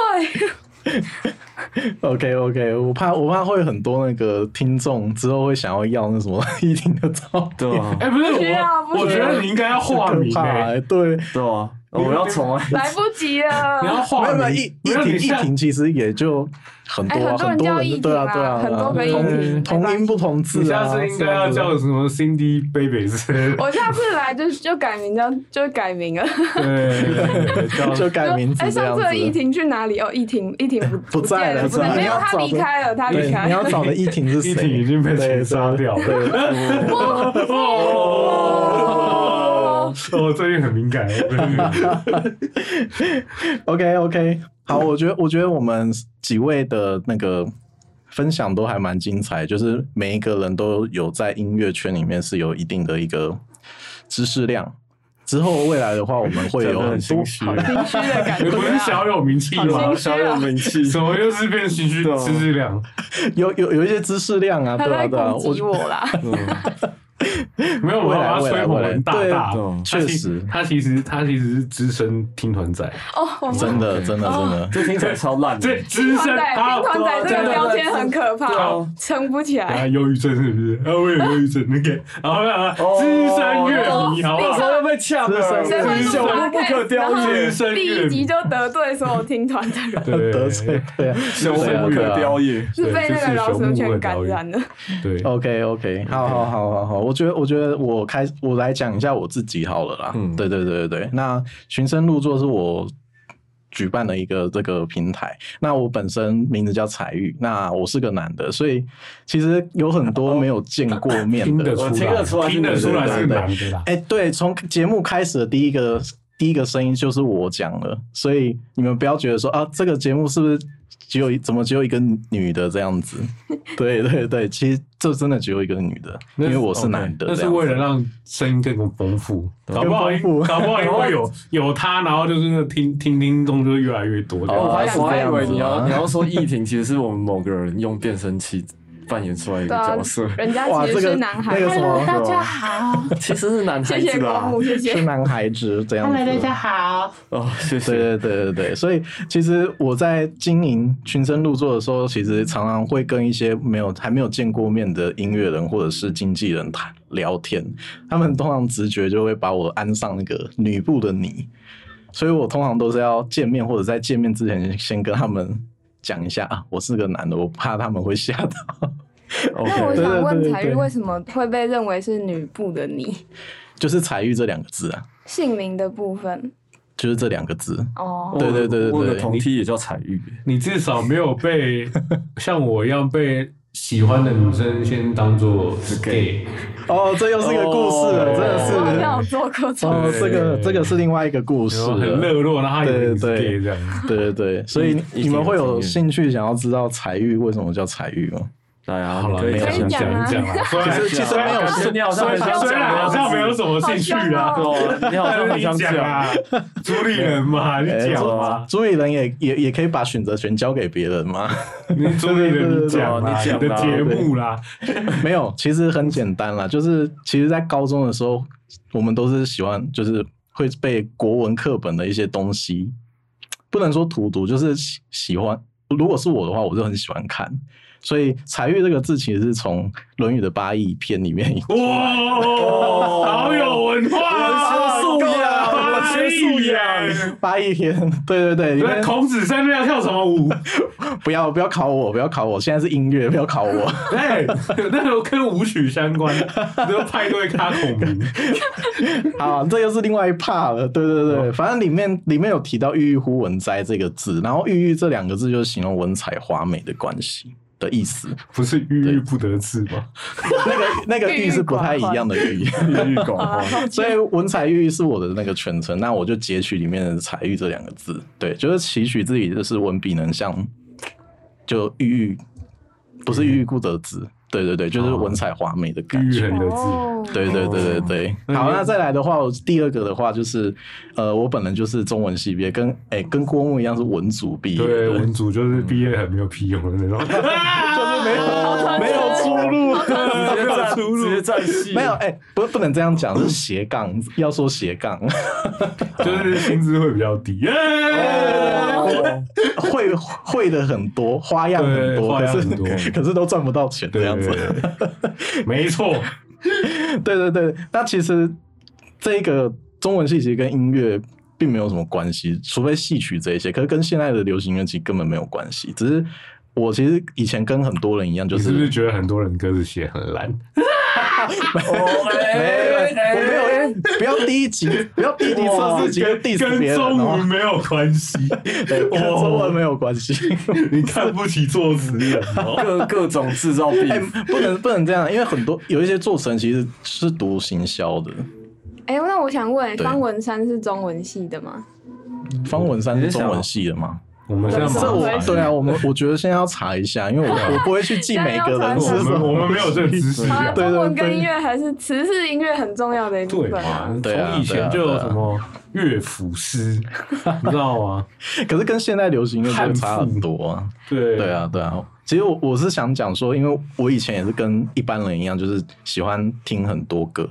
Speaker 4: 会？
Speaker 1: OK OK，我怕我怕会很多那个听众之后会想要要那什么 一婷的照
Speaker 2: 对啊
Speaker 3: 哎，不是
Speaker 4: 需要不
Speaker 3: 我，我觉
Speaker 4: 需要
Speaker 3: 得你应该要化
Speaker 1: 片，
Speaker 3: 名
Speaker 1: 怕
Speaker 3: 哎，
Speaker 1: 欸对，
Speaker 2: 对啊，我们要重来，
Speaker 4: 来不及
Speaker 3: 你
Speaker 4: 了。
Speaker 3: 要
Speaker 1: 没
Speaker 3: 化
Speaker 1: 有没有
Speaker 3: 名
Speaker 1: 一，一
Speaker 3: 没有
Speaker 1: 婷
Speaker 3: 你
Speaker 1: 一
Speaker 3: 像
Speaker 1: 婷其实也就很多啊，很
Speaker 4: 哎很多人叫
Speaker 1: 人对啊对啊，
Speaker 4: 一婷啊很多个
Speaker 1: 对啊
Speaker 4: 一
Speaker 1: 同
Speaker 4: 婷没
Speaker 1: 同
Speaker 4: 关
Speaker 1: 音
Speaker 4: 系
Speaker 1: 不同
Speaker 3: 你
Speaker 1: 字
Speaker 3: 下
Speaker 1: 啊，
Speaker 3: 次应该要
Speaker 1: 这样
Speaker 3: 叫什么 Cindy Baby 之类的，
Speaker 4: 我下次来就就改名叫就改名了。
Speaker 3: 对，叫
Speaker 1: 子就改名字
Speaker 4: 哎，
Speaker 1: 这样
Speaker 4: 上次
Speaker 1: 子。
Speaker 4: 的依婷去哪里？哦，依婷，依婷不
Speaker 1: 不在了
Speaker 4: 了，
Speaker 1: 不
Speaker 4: 不
Speaker 1: 在了
Speaker 4: 在，没
Speaker 1: 你
Speaker 4: 有，
Speaker 1: 要
Speaker 4: 她
Speaker 1: 找
Speaker 4: 离开了，她
Speaker 1: 对
Speaker 4: 离，开
Speaker 1: 你要
Speaker 4: 了。
Speaker 1: 找的一婷是谁？
Speaker 3: 一婷已经被
Speaker 1: 对
Speaker 3: 谁杀掉了
Speaker 1: 对
Speaker 3: 哦，我最近很 敏感，
Speaker 1: OK OK，好，我觉得我觉得我们几位的那个分享都还蛮精彩，就是每一个人都有在音乐圈里面是有一定的一个知识量。之后未来的话，我们会有
Speaker 2: 真的
Speaker 1: 很
Speaker 2: 很
Speaker 1: 多
Speaker 2: 心虚，
Speaker 4: 心虚的感
Speaker 3: 你
Speaker 4: 觉
Speaker 3: 不是
Speaker 4: 啊。
Speaker 3: 小有名气吗
Speaker 4: 好？
Speaker 2: 小有名气，
Speaker 3: 怎么又是变情绪
Speaker 2: 对啊
Speaker 3: 知识量？
Speaker 1: 有有有一些知识量啊，
Speaker 4: 她
Speaker 1: 对啊
Speaker 4: 在
Speaker 1: 对啊，
Speaker 4: 攻
Speaker 1: 我
Speaker 4: 击我啦！
Speaker 3: 没有，我要把他
Speaker 1: 未来
Speaker 3: 吹捧
Speaker 1: 未来
Speaker 3: 很大
Speaker 1: 对
Speaker 3: 大
Speaker 2: 对。
Speaker 3: 他
Speaker 1: 确
Speaker 3: 其
Speaker 1: 实
Speaker 3: 他其实他其实是资深听团仔，
Speaker 4: 哦，我们
Speaker 1: 真的真的真的，
Speaker 2: 这听起来超烂
Speaker 1: 嗯
Speaker 2: 的
Speaker 3: 这，资
Speaker 4: 团
Speaker 3: 深啊
Speaker 1: 啊
Speaker 3: 哦
Speaker 4: 仔，
Speaker 3: 他
Speaker 4: 团仔这个标签很可
Speaker 2: 对
Speaker 4: 怕
Speaker 2: 啊，
Speaker 4: 撑不起
Speaker 3: 啊，
Speaker 4: 来。
Speaker 3: 忧郁症是不是？啊，我有忧郁症。那 个，好了，
Speaker 2: 哦
Speaker 3: 资深乐
Speaker 4: 哦
Speaker 3: 迷，好不
Speaker 2: 我
Speaker 3: 好？
Speaker 2: 说被呛了，
Speaker 1: 谁
Speaker 4: 会录
Speaker 2: 小鹿不可雕
Speaker 3: 资
Speaker 2: 也，
Speaker 3: 深
Speaker 4: 第
Speaker 3: 乐
Speaker 4: 一集
Speaker 3: 迷，
Speaker 4: 就得罪所有听团的 人，
Speaker 3: 对，
Speaker 1: 得罪对啊。
Speaker 2: 小鹿不可雕也，
Speaker 4: 是被那个老鼠犬感 染的。
Speaker 3: 对，
Speaker 1: OK OK，好好好好好，我觉得我觉得我开我来讲一下我自己好了啦。
Speaker 2: 嗯
Speaker 1: 对对对对对，那寻声入座是我举办的一个这个平台。那我本身名字叫彩玉，那我是个男的，所以其实有很多没有见过面
Speaker 3: 听
Speaker 1: 的
Speaker 3: 得
Speaker 1: 人。
Speaker 3: 出来，
Speaker 2: 我听得出来
Speaker 3: 听得出来是
Speaker 1: 对对对
Speaker 3: 男的啦。
Speaker 1: 哎、对，从节目开始的第一个第一个声音就是我讲了，所以你们不要觉得说啊，这个节目是不是只有一怎么只有一个女的这样子？ 对对对，其实这真的只有一个女的，
Speaker 3: 那
Speaker 1: 因
Speaker 3: 是
Speaker 1: 为我是男的
Speaker 3: 那
Speaker 1: 这
Speaker 3: 是
Speaker 1: 样
Speaker 3: 为了
Speaker 1: 子。
Speaker 3: 让声音更丰富，搞不好
Speaker 1: 更丰富
Speaker 3: 搞不好因为有有他，然后就是那听听听众就越来越多这样。
Speaker 2: 我
Speaker 1: 哦
Speaker 2: 还
Speaker 1: 是
Speaker 2: 我还以为
Speaker 1: 这样子吗
Speaker 2: 你要你要说易婷其实是我们某个人用变声器扮演出来一个
Speaker 4: 对啊
Speaker 2: 角色，
Speaker 4: 人家
Speaker 1: 哇，
Speaker 4: 其
Speaker 1: 这
Speaker 4: 实
Speaker 1: 个
Speaker 4: 是男孩
Speaker 1: 那，个什么
Speaker 2: 大家好，其实是男孩
Speaker 4: 谢谢
Speaker 2: 子
Speaker 4: 国
Speaker 2: 啦
Speaker 4: 母，，谢
Speaker 1: 是
Speaker 4: 谢。
Speaker 1: 男孩子这样子。
Speaker 5: 好，
Speaker 2: 哦，谢
Speaker 1: 对
Speaker 2: 谢，
Speaker 1: 对对对对，所以其实我在经营群生入座的时候，其实常常会跟一些没有还没有见过面的音乐人或者是经纪人谈聊天，他们通常直觉就会把我安上那个女部的你，所以我通常都是要见面或者在见面之前先跟他们讲一下啊，我是个男的，我怕他们会吓到。
Speaker 4: 那我
Speaker 2: OK，
Speaker 4: 想问
Speaker 1: 对
Speaker 4: 彩
Speaker 1: 对对
Speaker 4: 玉，
Speaker 1: 对
Speaker 4: 为什么会被认为是女部的你？
Speaker 1: 就是“彩玉”这两个字啊，
Speaker 4: 姓名的部分
Speaker 1: 就是这两个字。
Speaker 4: 哦，
Speaker 1: 对对对对对
Speaker 2: 我有个同梯也叫彩玉，
Speaker 3: 你至少没有被像我一样被喜欢的女生先当做是 gay，
Speaker 1: 哦，这又是个故事了，
Speaker 2: 哦
Speaker 1: 真的
Speaker 4: 我好
Speaker 1: 是。
Speaker 4: 像有做过这种
Speaker 1: 哦，
Speaker 3: 对
Speaker 1: 这个这个是另外一个故事
Speaker 3: 然
Speaker 1: 了，
Speaker 3: 后很热络，然后他以为你是
Speaker 1: 对对
Speaker 3: gay 这样。
Speaker 1: 对对对，所以
Speaker 2: 嗯一定
Speaker 1: 你们
Speaker 2: 有
Speaker 1: 会
Speaker 2: 经
Speaker 1: 有
Speaker 2: 验
Speaker 1: 兴趣想要知道彩玉为什么叫彩玉吗？
Speaker 2: 来啊，
Speaker 3: 好了，
Speaker 2: 你可
Speaker 3: 没
Speaker 2: 以
Speaker 3: 讲
Speaker 4: 可以
Speaker 2: 讲
Speaker 3: 讲
Speaker 4: 讲啊
Speaker 3: 讲啊，虽然
Speaker 1: 其实其实没有
Speaker 2: 感觉你好像很
Speaker 3: 虽
Speaker 2: 想
Speaker 3: 然虽然好像没有什么兴趣啊，
Speaker 2: 哦对，你好像
Speaker 3: 但是
Speaker 2: 很想
Speaker 3: 你讲
Speaker 2: 讲，
Speaker 3: 啊，主理人嘛，你
Speaker 1: 哎
Speaker 3: 讲
Speaker 1: 朱
Speaker 3: 啊，
Speaker 1: 朱以人也也也可以把选择权交给别人吗？
Speaker 3: 你主理人你讲啊，
Speaker 2: 对对对对
Speaker 3: 你的节目啦，
Speaker 1: 没有，其实很简单啦，就是其实，在高中的时候，我们都是喜欢，就是会被国文课本的一些东西，不能说荼毒，就是喜喜欢。如果是我的话，我就很喜欢看。所以“彩玉”这个字其实是从《论语》的八佾篇里面
Speaker 3: 哇，好有文化
Speaker 2: 文学
Speaker 3: 啊，
Speaker 2: 素养
Speaker 3: 哇
Speaker 2: 文学素养
Speaker 3: 厉害
Speaker 1: 八佾篇，对对对，里
Speaker 3: 对，
Speaker 1: 面
Speaker 3: 孔子三六要跳什么舞？
Speaker 1: 不要不要考我，不要考我，现在是音乐，不要考我。
Speaker 3: 哎，那都跟舞 曲相关，都派对咖孔明。
Speaker 1: 啊，这又是另外一 part 了。对对对，
Speaker 3: 哦
Speaker 1: 反正里面里面有提到“郁郁乎文哉”这个字，然后“郁郁”这两个字就是形容文采华美的关系。的意思。
Speaker 3: 不是郁郁不得志吗？
Speaker 1: 那个那个“玉”是不太一样的“玉”，
Speaker 2: 郁郁寡欢。
Speaker 1: 所以文采玉是我的那个全称，那我就截取里面的“采玉”这两个字，对，就是期许自己就是文笔能像，就郁郁，不是郁郁不得志，对对对，就是文采华美的
Speaker 3: 郁
Speaker 1: 感
Speaker 3: 郁
Speaker 1: 觉。
Speaker 3: 很得志。
Speaker 4: 哦，
Speaker 1: 对对对对
Speaker 3: 哦
Speaker 1: 对，好，那再来的话，我第二个的话就是，呃，我本人就是中文系毕业，跟哎、跟郭牧一样是文组毕业
Speaker 3: 对，
Speaker 1: 的，
Speaker 3: 文组就是毕业很没有屁用的那种， 就是没
Speaker 1: 哦
Speaker 3: 有没有出路，没有出
Speaker 2: 直接
Speaker 3: 路，
Speaker 2: 在戏，
Speaker 1: 没有哎、不不能这样讲，是斜杠，要说斜杠，
Speaker 3: 就是薪资会比较低。哎
Speaker 2: 哦。
Speaker 1: 会会的很多，花样很
Speaker 3: 对
Speaker 1: 多，
Speaker 3: 花
Speaker 1: 可
Speaker 3: 样
Speaker 1: 是
Speaker 3: 很多
Speaker 1: 可是都赚不到钱这
Speaker 3: 对
Speaker 1: 样子。
Speaker 3: 没错，
Speaker 1: 对对对，那其实这个中文系其实跟音乐并没有什么关系，除非戏曲这一些，可是跟现在的流行乐器根本没有关系。只是我其实以前跟很多人一样，就
Speaker 3: 你是不是觉得很多人歌词写很烂？
Speaker 1: 没
Speaker 2: 哎
Speaker 1: 有，我没有，不要第一集，不要第一集测试集就 diss 别
Speaker 3: 跟
Speaker 1: 人
Speaker 3: 中文
Speaker 1: 哦，
Speaker 3: 没有 关系，
Speaker 1: 对跟中文没有关系。
Speaker 3: 你看不起作词人哦。
Speaker 2: 各各种制造弊，
Speaker 1: 哎，不能不能这样，因为很多有一些做成其实是读行销的，
Speaker 4: 哎，那我想问，
Speaker 1: 对
Speaker 4: 方文山是中文系的吗？
Speaker 1: 方文山是
Speaker 2: 你是
Speaker 1: 中
Speaker 2: 想
Speaker 1: 文系的吗？ 啊
Speaker 3: 我们现在
Speaker 1: 这
Speaker 3: 忙
Speaker 1: 我
Speaker 4: 对
Speaker 3: 完
Speaker 1: 对啊，我们我觉得现在要查一下，因为我我不会去记每个人是
Speaker 3: 我
Speaker 1: 什
Speaker 3: 们我
Speaker 1: 么。
Speaker 3: 们没有这个知识
Speaker 4: 好
Speaker 3: 啊。
Speaker 4: 啦
Speaker 1: 对
Speaker 4: 中文
Speaker 1: 对
Speaker 4: 跟
Speaker 1: 对
Speaker 4: 音乐还是词是音乐很重要的一部
Speaker 3: 对
Speaker 4: 分
Speaker 3: 嘛
Speaker 4: 啊。？
Speaker 1: 对啊
Speaker 3: 从以前就有什么乐府 诗，你知道吗？
Speaker 1: 可是跟现在流行乐就差很多啊。
Speaker 3: 对
Speaker 1: 对，啊，对啊。其实我我是想讲说，因为我以前也是跟一般人一样，就是喜欢听很多歌，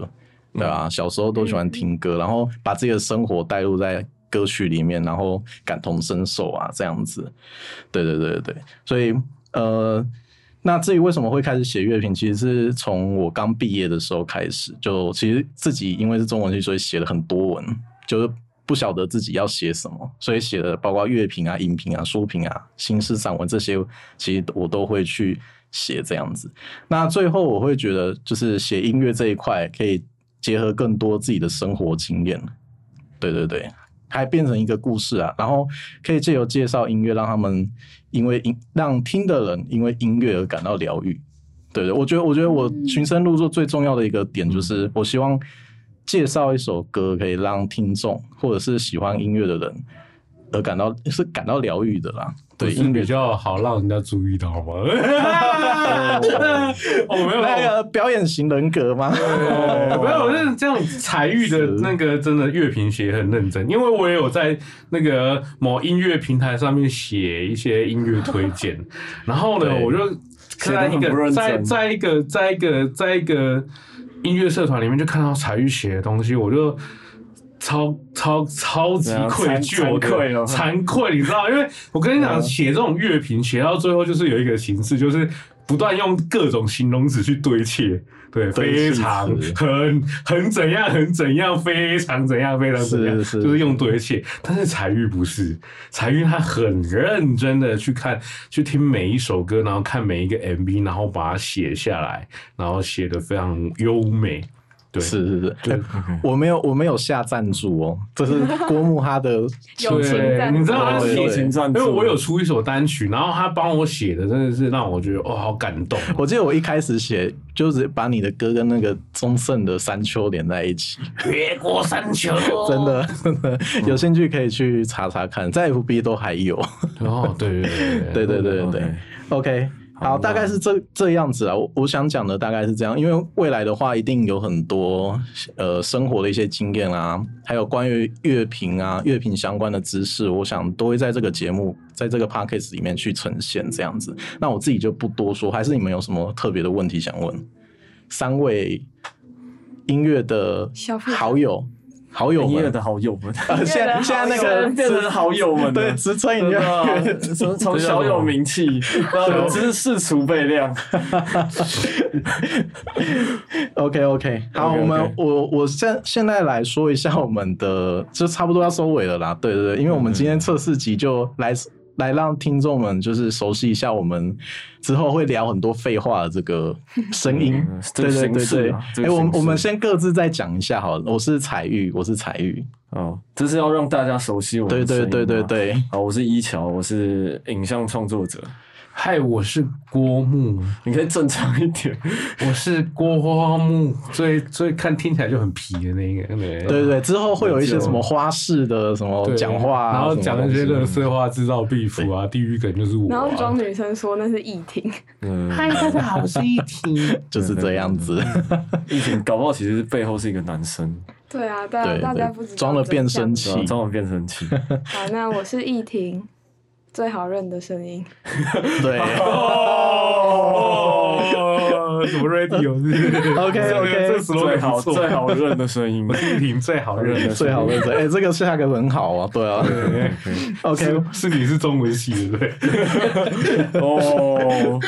Speaker 1: 对啊，小时候都喜欢听歌，然后把自己的生活带入在歌曲里面，然后感同身受啊，这样子。对对对对对，所以呃，那至于为什么会开始写乐评，其实是从我刚毕业的时候开始，就其实自己因为是中文系，所以写了很多文，就是不晓得自己要写什么，所以写的包括乐评啊、影评啊、书评啊、新诗散文这些，其实我都会去写这样子。那最后我会觉得，就是写音乐这一块可以结合更多自己的生活经验，对对对，还变成一个故事啊，然后可以借由介绍音乐，让他们因为音让听的人因为音乐而感到疗愈。对对，我觉得我觉得我寻声入座最重要的一个点就是，我希望介绍一首歌，可以让听众或者是喜欢音乐的人而感到是感到疗愈的啦。对，
Speaker 3: 音
Speaker 1: 音
Speaker 3: 比
Speaker 1: 乐。
Speaker 3: 较好让人家注意到 吗？
Speaker 2: 哦
Speaker 3: 我没有，
Speaker 1: 那
Speaker 3: 没
Speaker 1: 个表演型人格吗？
Speaker 3: 有，我是这 样才艺的那个真的乐评写很认真，因为我也有在那个某音乐平台上面写一些音乐推荐，然后呢，
Speaker 1: 对
Speaker 3: 我就
Speaker 2: 写
Speaker 3: 看
Speaker 2: 得
Speaker 3: 到一
Speaker 2: 很不认
Speaker 3: 个
Speaker 2: 真
Speaker 3: 在在一个在一个在一个音乐社团里面就看到才艺写的东西，我就。超超超级
Speaker 2: 对啊
Speaker 3: 愧
Speaker 2: 惭
Speaker 3: 疚
Speaker 2: 惭
Speaker 3: 的、
Speaker 2: 愧哦了
Speaker 3: 惭愧，你知道？因为我跟你
Speaker 2: 嗯
Speaker 3: 讲，写这种乐评，写到最后就是有一个形式，就是不断用各种形容词去堆砌，对，
Speaker 1: 堆砌
Speaker 3: 非
Speaker 1: 词
Speaker 3: 常很很怎样，很怎样，非常怎样，非常怎样，
Speaker 1: 是是
Speaker 3: 就是用堆砌。但是彩玉不是，彩玉他很认真的去看、去听每一首歌，然后看每一个 MV，然后把它写下来，然后写的非常优美。对，
Speaker 1: 是是是，
Speaker 3: 对
Speaker 1: 哎我没有我没有下赞助哦， 这是郭牧他的
Speaker 4: 友情
Speaker 1: 对
Speaker 4: 赞
Speaker 3: 对，
Speaker 4: 助
Speaker 3: 你知道他
Speaker 1: 对
Speaker 3: 写
Speaker 2: 哦友情赞
Speaker 3: 因
Speaker 2: 助，
Speaker 3: 为我有出一首单曲，然后他帮我写的真的是让我觉得哦，好感动。
Speaker 1: 我记得我一开始写就是把你的歌跟那个宗盛的《山丘》连在一起，
Speaker 3: 越过山丘，
Speaker 1: 真的 真的，有兴趣可以去查查看，在 FB 都还有。
Speaker 3: 哦，对对
Speaker 1: 对对对对
Speaker 2: OK
Speaker 1: 对，OK，
Speaker 2: 好
Speaker 1: 好，
Speaker 2: 那
Speaker 1: 大概是这这样子啊。我我想讲的大概是这样，因为未来的话，一定有很多呃生活的一些经验啊，还有关于乐评啊、乐评相关的知识，我想都会在这个节目、在这个 podcast 里面去呈现这样子。那我自己就不多说，还是你们有什么特别的问题想问？三位音乐的
Speaker 4: 消费者
Speaker 1: 好友，好友
Speaker 2: 音乐
Speaker 1: 们，
Speaker 2: 的好友们，
Speaker 1: 呃，现在
Speaker 4: 音乐的
Speaker 1: 现在那
Speaker 4: 好
Speaker 1: 个
Speaker 4: 友
Speaker 2: 变成好友们了
Speaker 1: 对，职称已
Speaker 2: 真
Speaker 1: 经
Speaker 2: 的啊， 从从小有名气到知识储备量，
Speaker 1: OK OK，好
Speaker 2: OK，OK
Speaker 1: 我们我我现现在来说一下我们的，就差不多要收尾了啦。对对对，因为我们今天测试集就来、来让听众们就是熟悉一下我们之后会聊很多废话的这个声音
Speaker 2: 嗯，这
Speaker 1: 对
Speaker 2: 个
Speaker 1: 对
Speaker 2: 形
Speaker 1: 对
Speaker 2: 式
Speaker 1: 对
Speaker 2: 啊。这
Speaker 1: 哎、
Speaker 2: 个
Speaker 1: 我们
Speaker 2: 形式
Speaker 1: 我们先各自再讲一下好了。我是彩玉，我是彩玉。
Speaker 2: 哦，这是要让大家熟悉我
Speaker 1: 对
Speaker 2: 们的声
Speaker 1: 对
Speaker 2: 音嘛
Speaker 1: 对对。对，
Speaker 2: 好，我是一乔，我是影像创作者。
Speaker 3: 嗨，我是郭牧，
Speaker 2: 你可以正常一点。
Speaker 3: 我是郭花木，最最看听起来就很皮的那个，对
Speaker 1: 对对，之后会有一些什么花式的什么
Speaker 3: 对
Speaker 1: 讲话啊，
Speaker 3: 然后
Speaker 1: 什么
Speaker 3: 讲那些
Speaker 1: 东
Speaker 3: 乐
Speaker 1: 西
Speaker 3: 色话，制造壁虎啊，地狱梗就是我、啊，
Speaker 4: 然后装女生说那是议题，
Speaker 2: 嗯，
Speaker 3: 嗨，大家好，我是一婷。
Speaker 1: 就是这样子。
Speaker 2: 疫情搞不好其实背后是一个男生，
Speaker 4: 对啊，大
Speaker 1: 对
Speaker 4: 大
Speaker 1: 对
Speaker 4: 家不知道
Speaker 1: 装了
Speaker 4: 真
Speaker 1: 变
Speaker 4: 相
Speaker 1: 声器
Speaker 4: 吧
Speaker 2: 对啊装完变声器。
Speaker 4: 好，那我是易婷，最好认的声音。
Speaker 1: 对
Speaker 3: 哦，什么 radio 是不是
Speaker 1: OK，OK
Speaker 3: 这时候
Speaker 2: 最好
Speaker 3: 做
Speaker 2: 最好认的声音
Speaker 3: 我，是一婷最好 认的，
Speaker 1: 最好位置，哎，这个下个很好啊，对啊。OK，
Speaker 3: 是是你是中文系的对不对？
Speaker 2: 哦，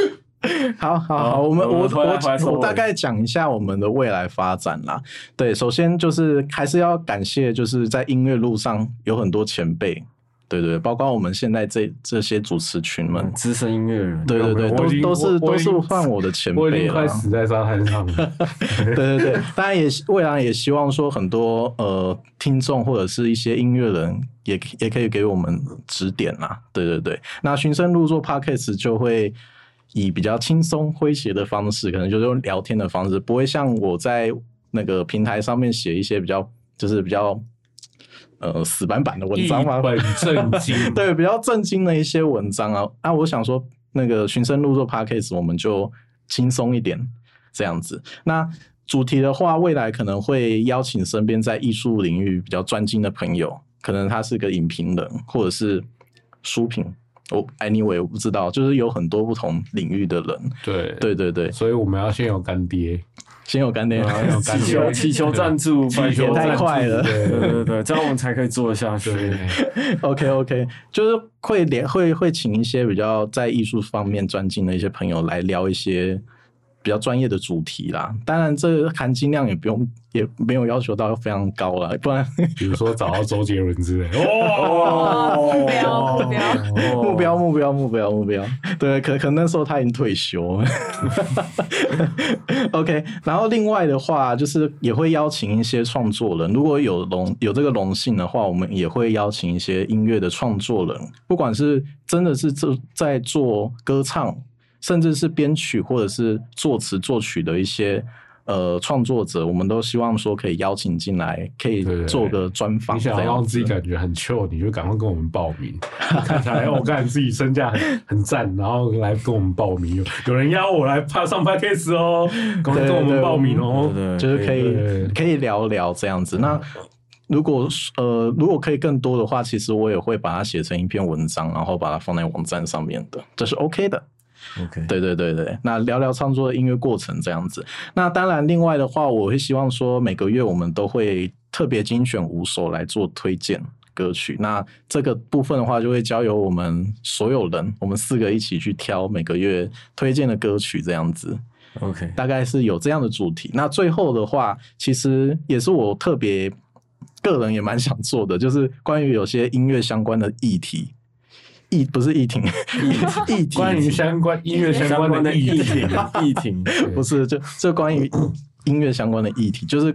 Speaker 1: 好好好，
Speaker 2: 好
Speaker 1: 我们
Speaker 2: 我
Speaker 1: 我
Speaker 2: 们回来回来
Speaker 1: 我
Speaker 2: 说
Speaker 1: 我大概讲一下我们的未来发展啦。对，首先就是还是要感谢，就是在音乐路上有很多前辈，对对，包括我们现在这这些主持群们，
Speaker 2: 资深音乐人，
Speaker 1: 对对对，
Speaker 3: 我已经
Speaker 1: 都都是
Speaker 3: 我我
Speaker 1: 都
Speaker 3: 已
Speaker 1: 是
Speaker 3: 经
Speaker 1: 换我的前
Speaker 3: 我已
Speaker 1: 辈啊
Speaker 3: 经
Speaker 1: 了
Speaker 3: 快。死在沙滩上了。
Speaker 1: 对对对，当然也未来也希望说很多呃听众或者是一些音乐人也也可以给我们指点啦。对对对，那寻声入座 podcast 就会以比较轻松诙谐的方式，可能就是用聊天的方式，不会像我在那个平台上面写一些比较就是比较呃死板板的文
Speaker 3: 一
Speaker 1: 章嘛，
Speaker 3: 本正经，
Speaker 1: 对，比较震惊的一些文章啊。啊，我想说，那个寻声入座 p a c k a g e 我们就轻松一点这样子。那主题的话，未来可能会邀请身边在艺术领域比较专精的朋友，可能他是个影评人，或者是书评。我、anyway 我不知道，就是有很多不同领域的人。
Speaker 3: 对
Speaker 1: 对对对，
Speaker 3: 所以我们要先有干爹，
Speaker 1: 先有干爹，
Speaker 3: 然后要有干
Speaker 2: 祈求
Speaker 3: 爹，
Speaker 2: 祈求赞助，
Speaker 3: 祈求
Speaker 1: 也
Speaker 2: 拜
Speaker 1: 太
Speaker 2: 托
Speaker 1: 快了
Speaker 3: 对
Speaker 2: 对
Speaker 3: 对
Speaker 2: 对对，这样我们才可以做得下去。
Speaker 3: 对
Speaker 1: OK OK，就是会连会会请一些比较在艺术方面专精的一些朋友来聊一些比较专业的主题啦。当然，这含金量也不用也没有要求到非常高啦，不然
Speaker 3: 比如说找到周杰伦之类，
Speaker 2: 哦
Speaker 4: 目标目标
Speaker 2: 哦
Speaker 1: 目标目标目标目标，对，可可能那时候他已经退休 了。OK，然后另外的话就是也会邀请一些创作人，如果有荣有这个荣幸的话，我们也会邀请一些音乐的创作人，不管是真的是做在做歌唱，甚至是编曲或者是作词作曲的一些。呃，创作者，我们都希望说可以邀请进来，可以
Speaker 3: 对对
Speaker 1: 做个专访
Speaker 3: 你
Speaker 1: 这
Speaker 3: 想要
Speaker 1: 样
Speaker 3: 让
Speaker 1: 子。
Speaker 3: 自己感觉很 chill，你就赶快跟我们报名。看起来我看自己身价很 很赞，然后来跟我们报名。有有人邀我来拍上 p o d c a s 哦，赶快跟我们报名哦。
Speaker 2: 对对
Speaker 1: 就是可以
Speaker 3: 对
Speaker 1: 可以聊聊这样子。那如果呃如果可以更多的话，其实我也会把它写成一篇文章，然后把它放在网站上面的，这是 OK 的。
Speaker 2: ，OK，
Speaker 1: 对对对对，那聊聊创作的音乐过程这样子。那当然，另外的话，我会希望说每个月我们都会特别精选五首来做推荐歌曲。那这个部分的话，就会交由我们所有人，我们四个一起去挑每个月推荐的歌曲这样子。
Speaker 2: OK，
Speaker 1: 大概是有这样的主题。那最后的话，其实也是我特别个人也蛮想做的，就是关于有些音乐相关的议题，议不是议题，议 题
Speaker 3: 关于相关音乐相
Speaker 2: 相关
Speaker 3: 的
Speaker 2: 的
Speaker 3: 议
Speaker 2: 议题，
Speaker 3: 题
Speaker 2: 议题，
Speaker 1: 不是就这关于音乐相关的议题，就是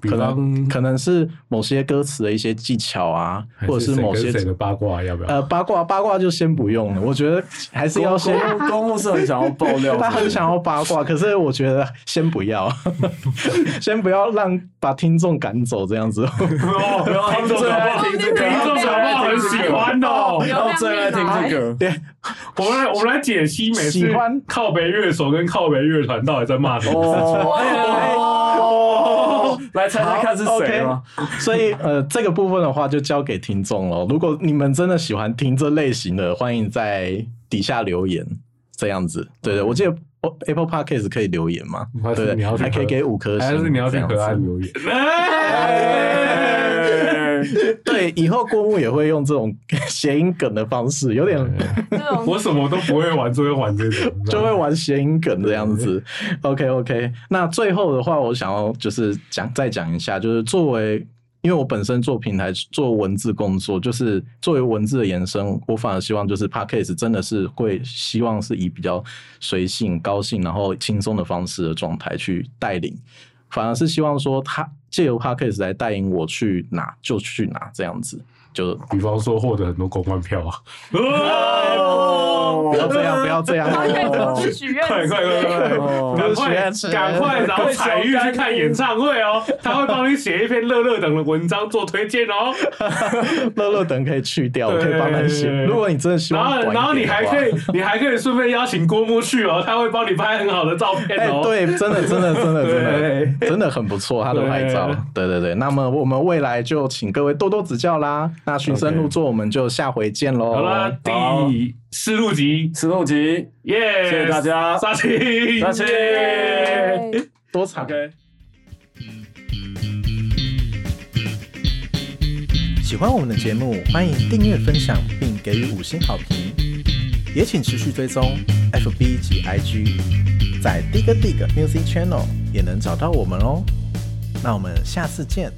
Speaker 3: 比
Speaker 1: 可能
Speaker 3: 方
Speaker 1: 可能是某些歌词的一些技巧啊，
Speaker 3: 还
Speaker 1: 或者
Speaker 3: 是
Speaker 1: 是
Speaker 3: 谁
Speaker 1: 某
Speaker 3: 跟
Speaker 1: 些
Speaker 3: 谁的八卦要不要？
Speaker 1: 呃八卦八卦就先不用了，我觉得还是要先。
Speaker 2: 公公公是很想要爆料，
Speaker 1: 他很想要八卦，可是我觉得先不要， 先不要让把听众赶走这样 子。
Speaker 3: 哦
Speaker 2: 听众
Speaker 3: 爱
Speaker 2: 听这个，
Speaker 3: 听众小报很喜欢哦。
Speaker 2: 他们最爱听这个。
Speaker 1: 对，
Speaker 3: 我们来我们来解析每
Speaker 1: 喜
Speaker 3: 次
Speaker 1: 欢
Speaker 3: 靠北乐手跟靠北乐团到底在骂什么。
Speaker 2: 哦，哎呀哦，来猜猜看是谁吗？
Speaker 1: 所以呃，这个部分的话就交给听众了。如果你们真的喜欢听这类型的，欢迎在底下留言，这样子。对
Speaker 2: 嗯
Speaker 1: 对，我记得哦 Apple Podcast 可以留言嘛？
Speaker 3: 还
Speaker 1: 对
Speaker 3: 是
Speaker 1: 不
Speaker 3: 你要
Speaker 1: 对，
Speaker 3: 去
Speaker 1: 还可以
Speaker 3: 和
Speaker 1: 给五颗星，
Speaker 3: 还是你要
Speaker 1: 这
Speaker 3: 去啊
Speaker 1: 样
Speaker 3: 河 岸
Speaker 1: 子。
Speaker 3: 留言？
Speaker 2: 哎
Speaker 1: 对，以后郭牧也会用这种谐音梗的方式，有点
Speaker 3: 哎
Speaker 2: 啊
Speaker 4: 这种
Speaker 3: 我什么都不会玩，就会玩这种，
Speaker 1: 就会玩谐音梗这样子。OK OK，那最后的话，我想要就是讲再讲一下，就是作为因为我本身做平台做文字工作，就是作为文字的延伸，我反而希望就是 p a c k a g e 真的是会希望是以比较随性、高兴，然后轻松的方式的状态去带领。反而是希望说他借由 p a c k a g e 来带领我去哪就去哪这样子，就
Speaker 3: 比方说获得很多公关票啊，
Speaker 2: 哦，哦
Speaker 1: 不要这样，不要 这样。
Speaker 4: 然后可以怎么去许愿？
Speaker 3: 快快快快 快！
Speaker 2: 哦
Speaker 1: 不
Speaker 3: 赶
Speaker 1: 是许
Speaker 3: 快
Speaker 1: 愿池
Speaker 3: 赶快找彩玉去看演唱会哦，他会帮你写一篇乐乐等的文章做推荐哦。
Speaker 1: 乐乐等可以去掉，我可以帮他写。
Speaker 3: 对
Speaker 1: 如果你真的希
Speaker 3: 然
Speaker 1: 望短一
Speaker 3: 后
Speaker 1: 点的话，
Speaker 3: 然后你还可以你还可以顺便邀请郭牧去哦，他会帮你拍很好的照
Speaker 1: 哎、
Speaker 3: 片哦。
Speaker 1: 对，真的，真的，真的，真的，
Speaker 3: 对
Speaker 1: 真的很不错，他的拍照，对对对。那么我们未来就请各位多多指教啦。那寻声入座，我们就下回见喽。
Speaker 3: 好啦，
Speaker 2: 好
Speaker 3: 第四录集，
Speaker 2: 石头集，
Speaker 3: 耶！
Speaker 2: 谢谢大家
Speaker 3: 杀青，
Speaker 2: 杀青
Speaker 3: 耶
Speaker 4: 对
Speaker 1: 多长？
Speaker 2: ，OK。
Speaker 1: 喜欢我们的节目，欢迎订阅、分享，并给予五星好评。也请持续追踪 FB 及 IG，在 Dig Dig Music Channel 也能找到我们哦。那我们下次见，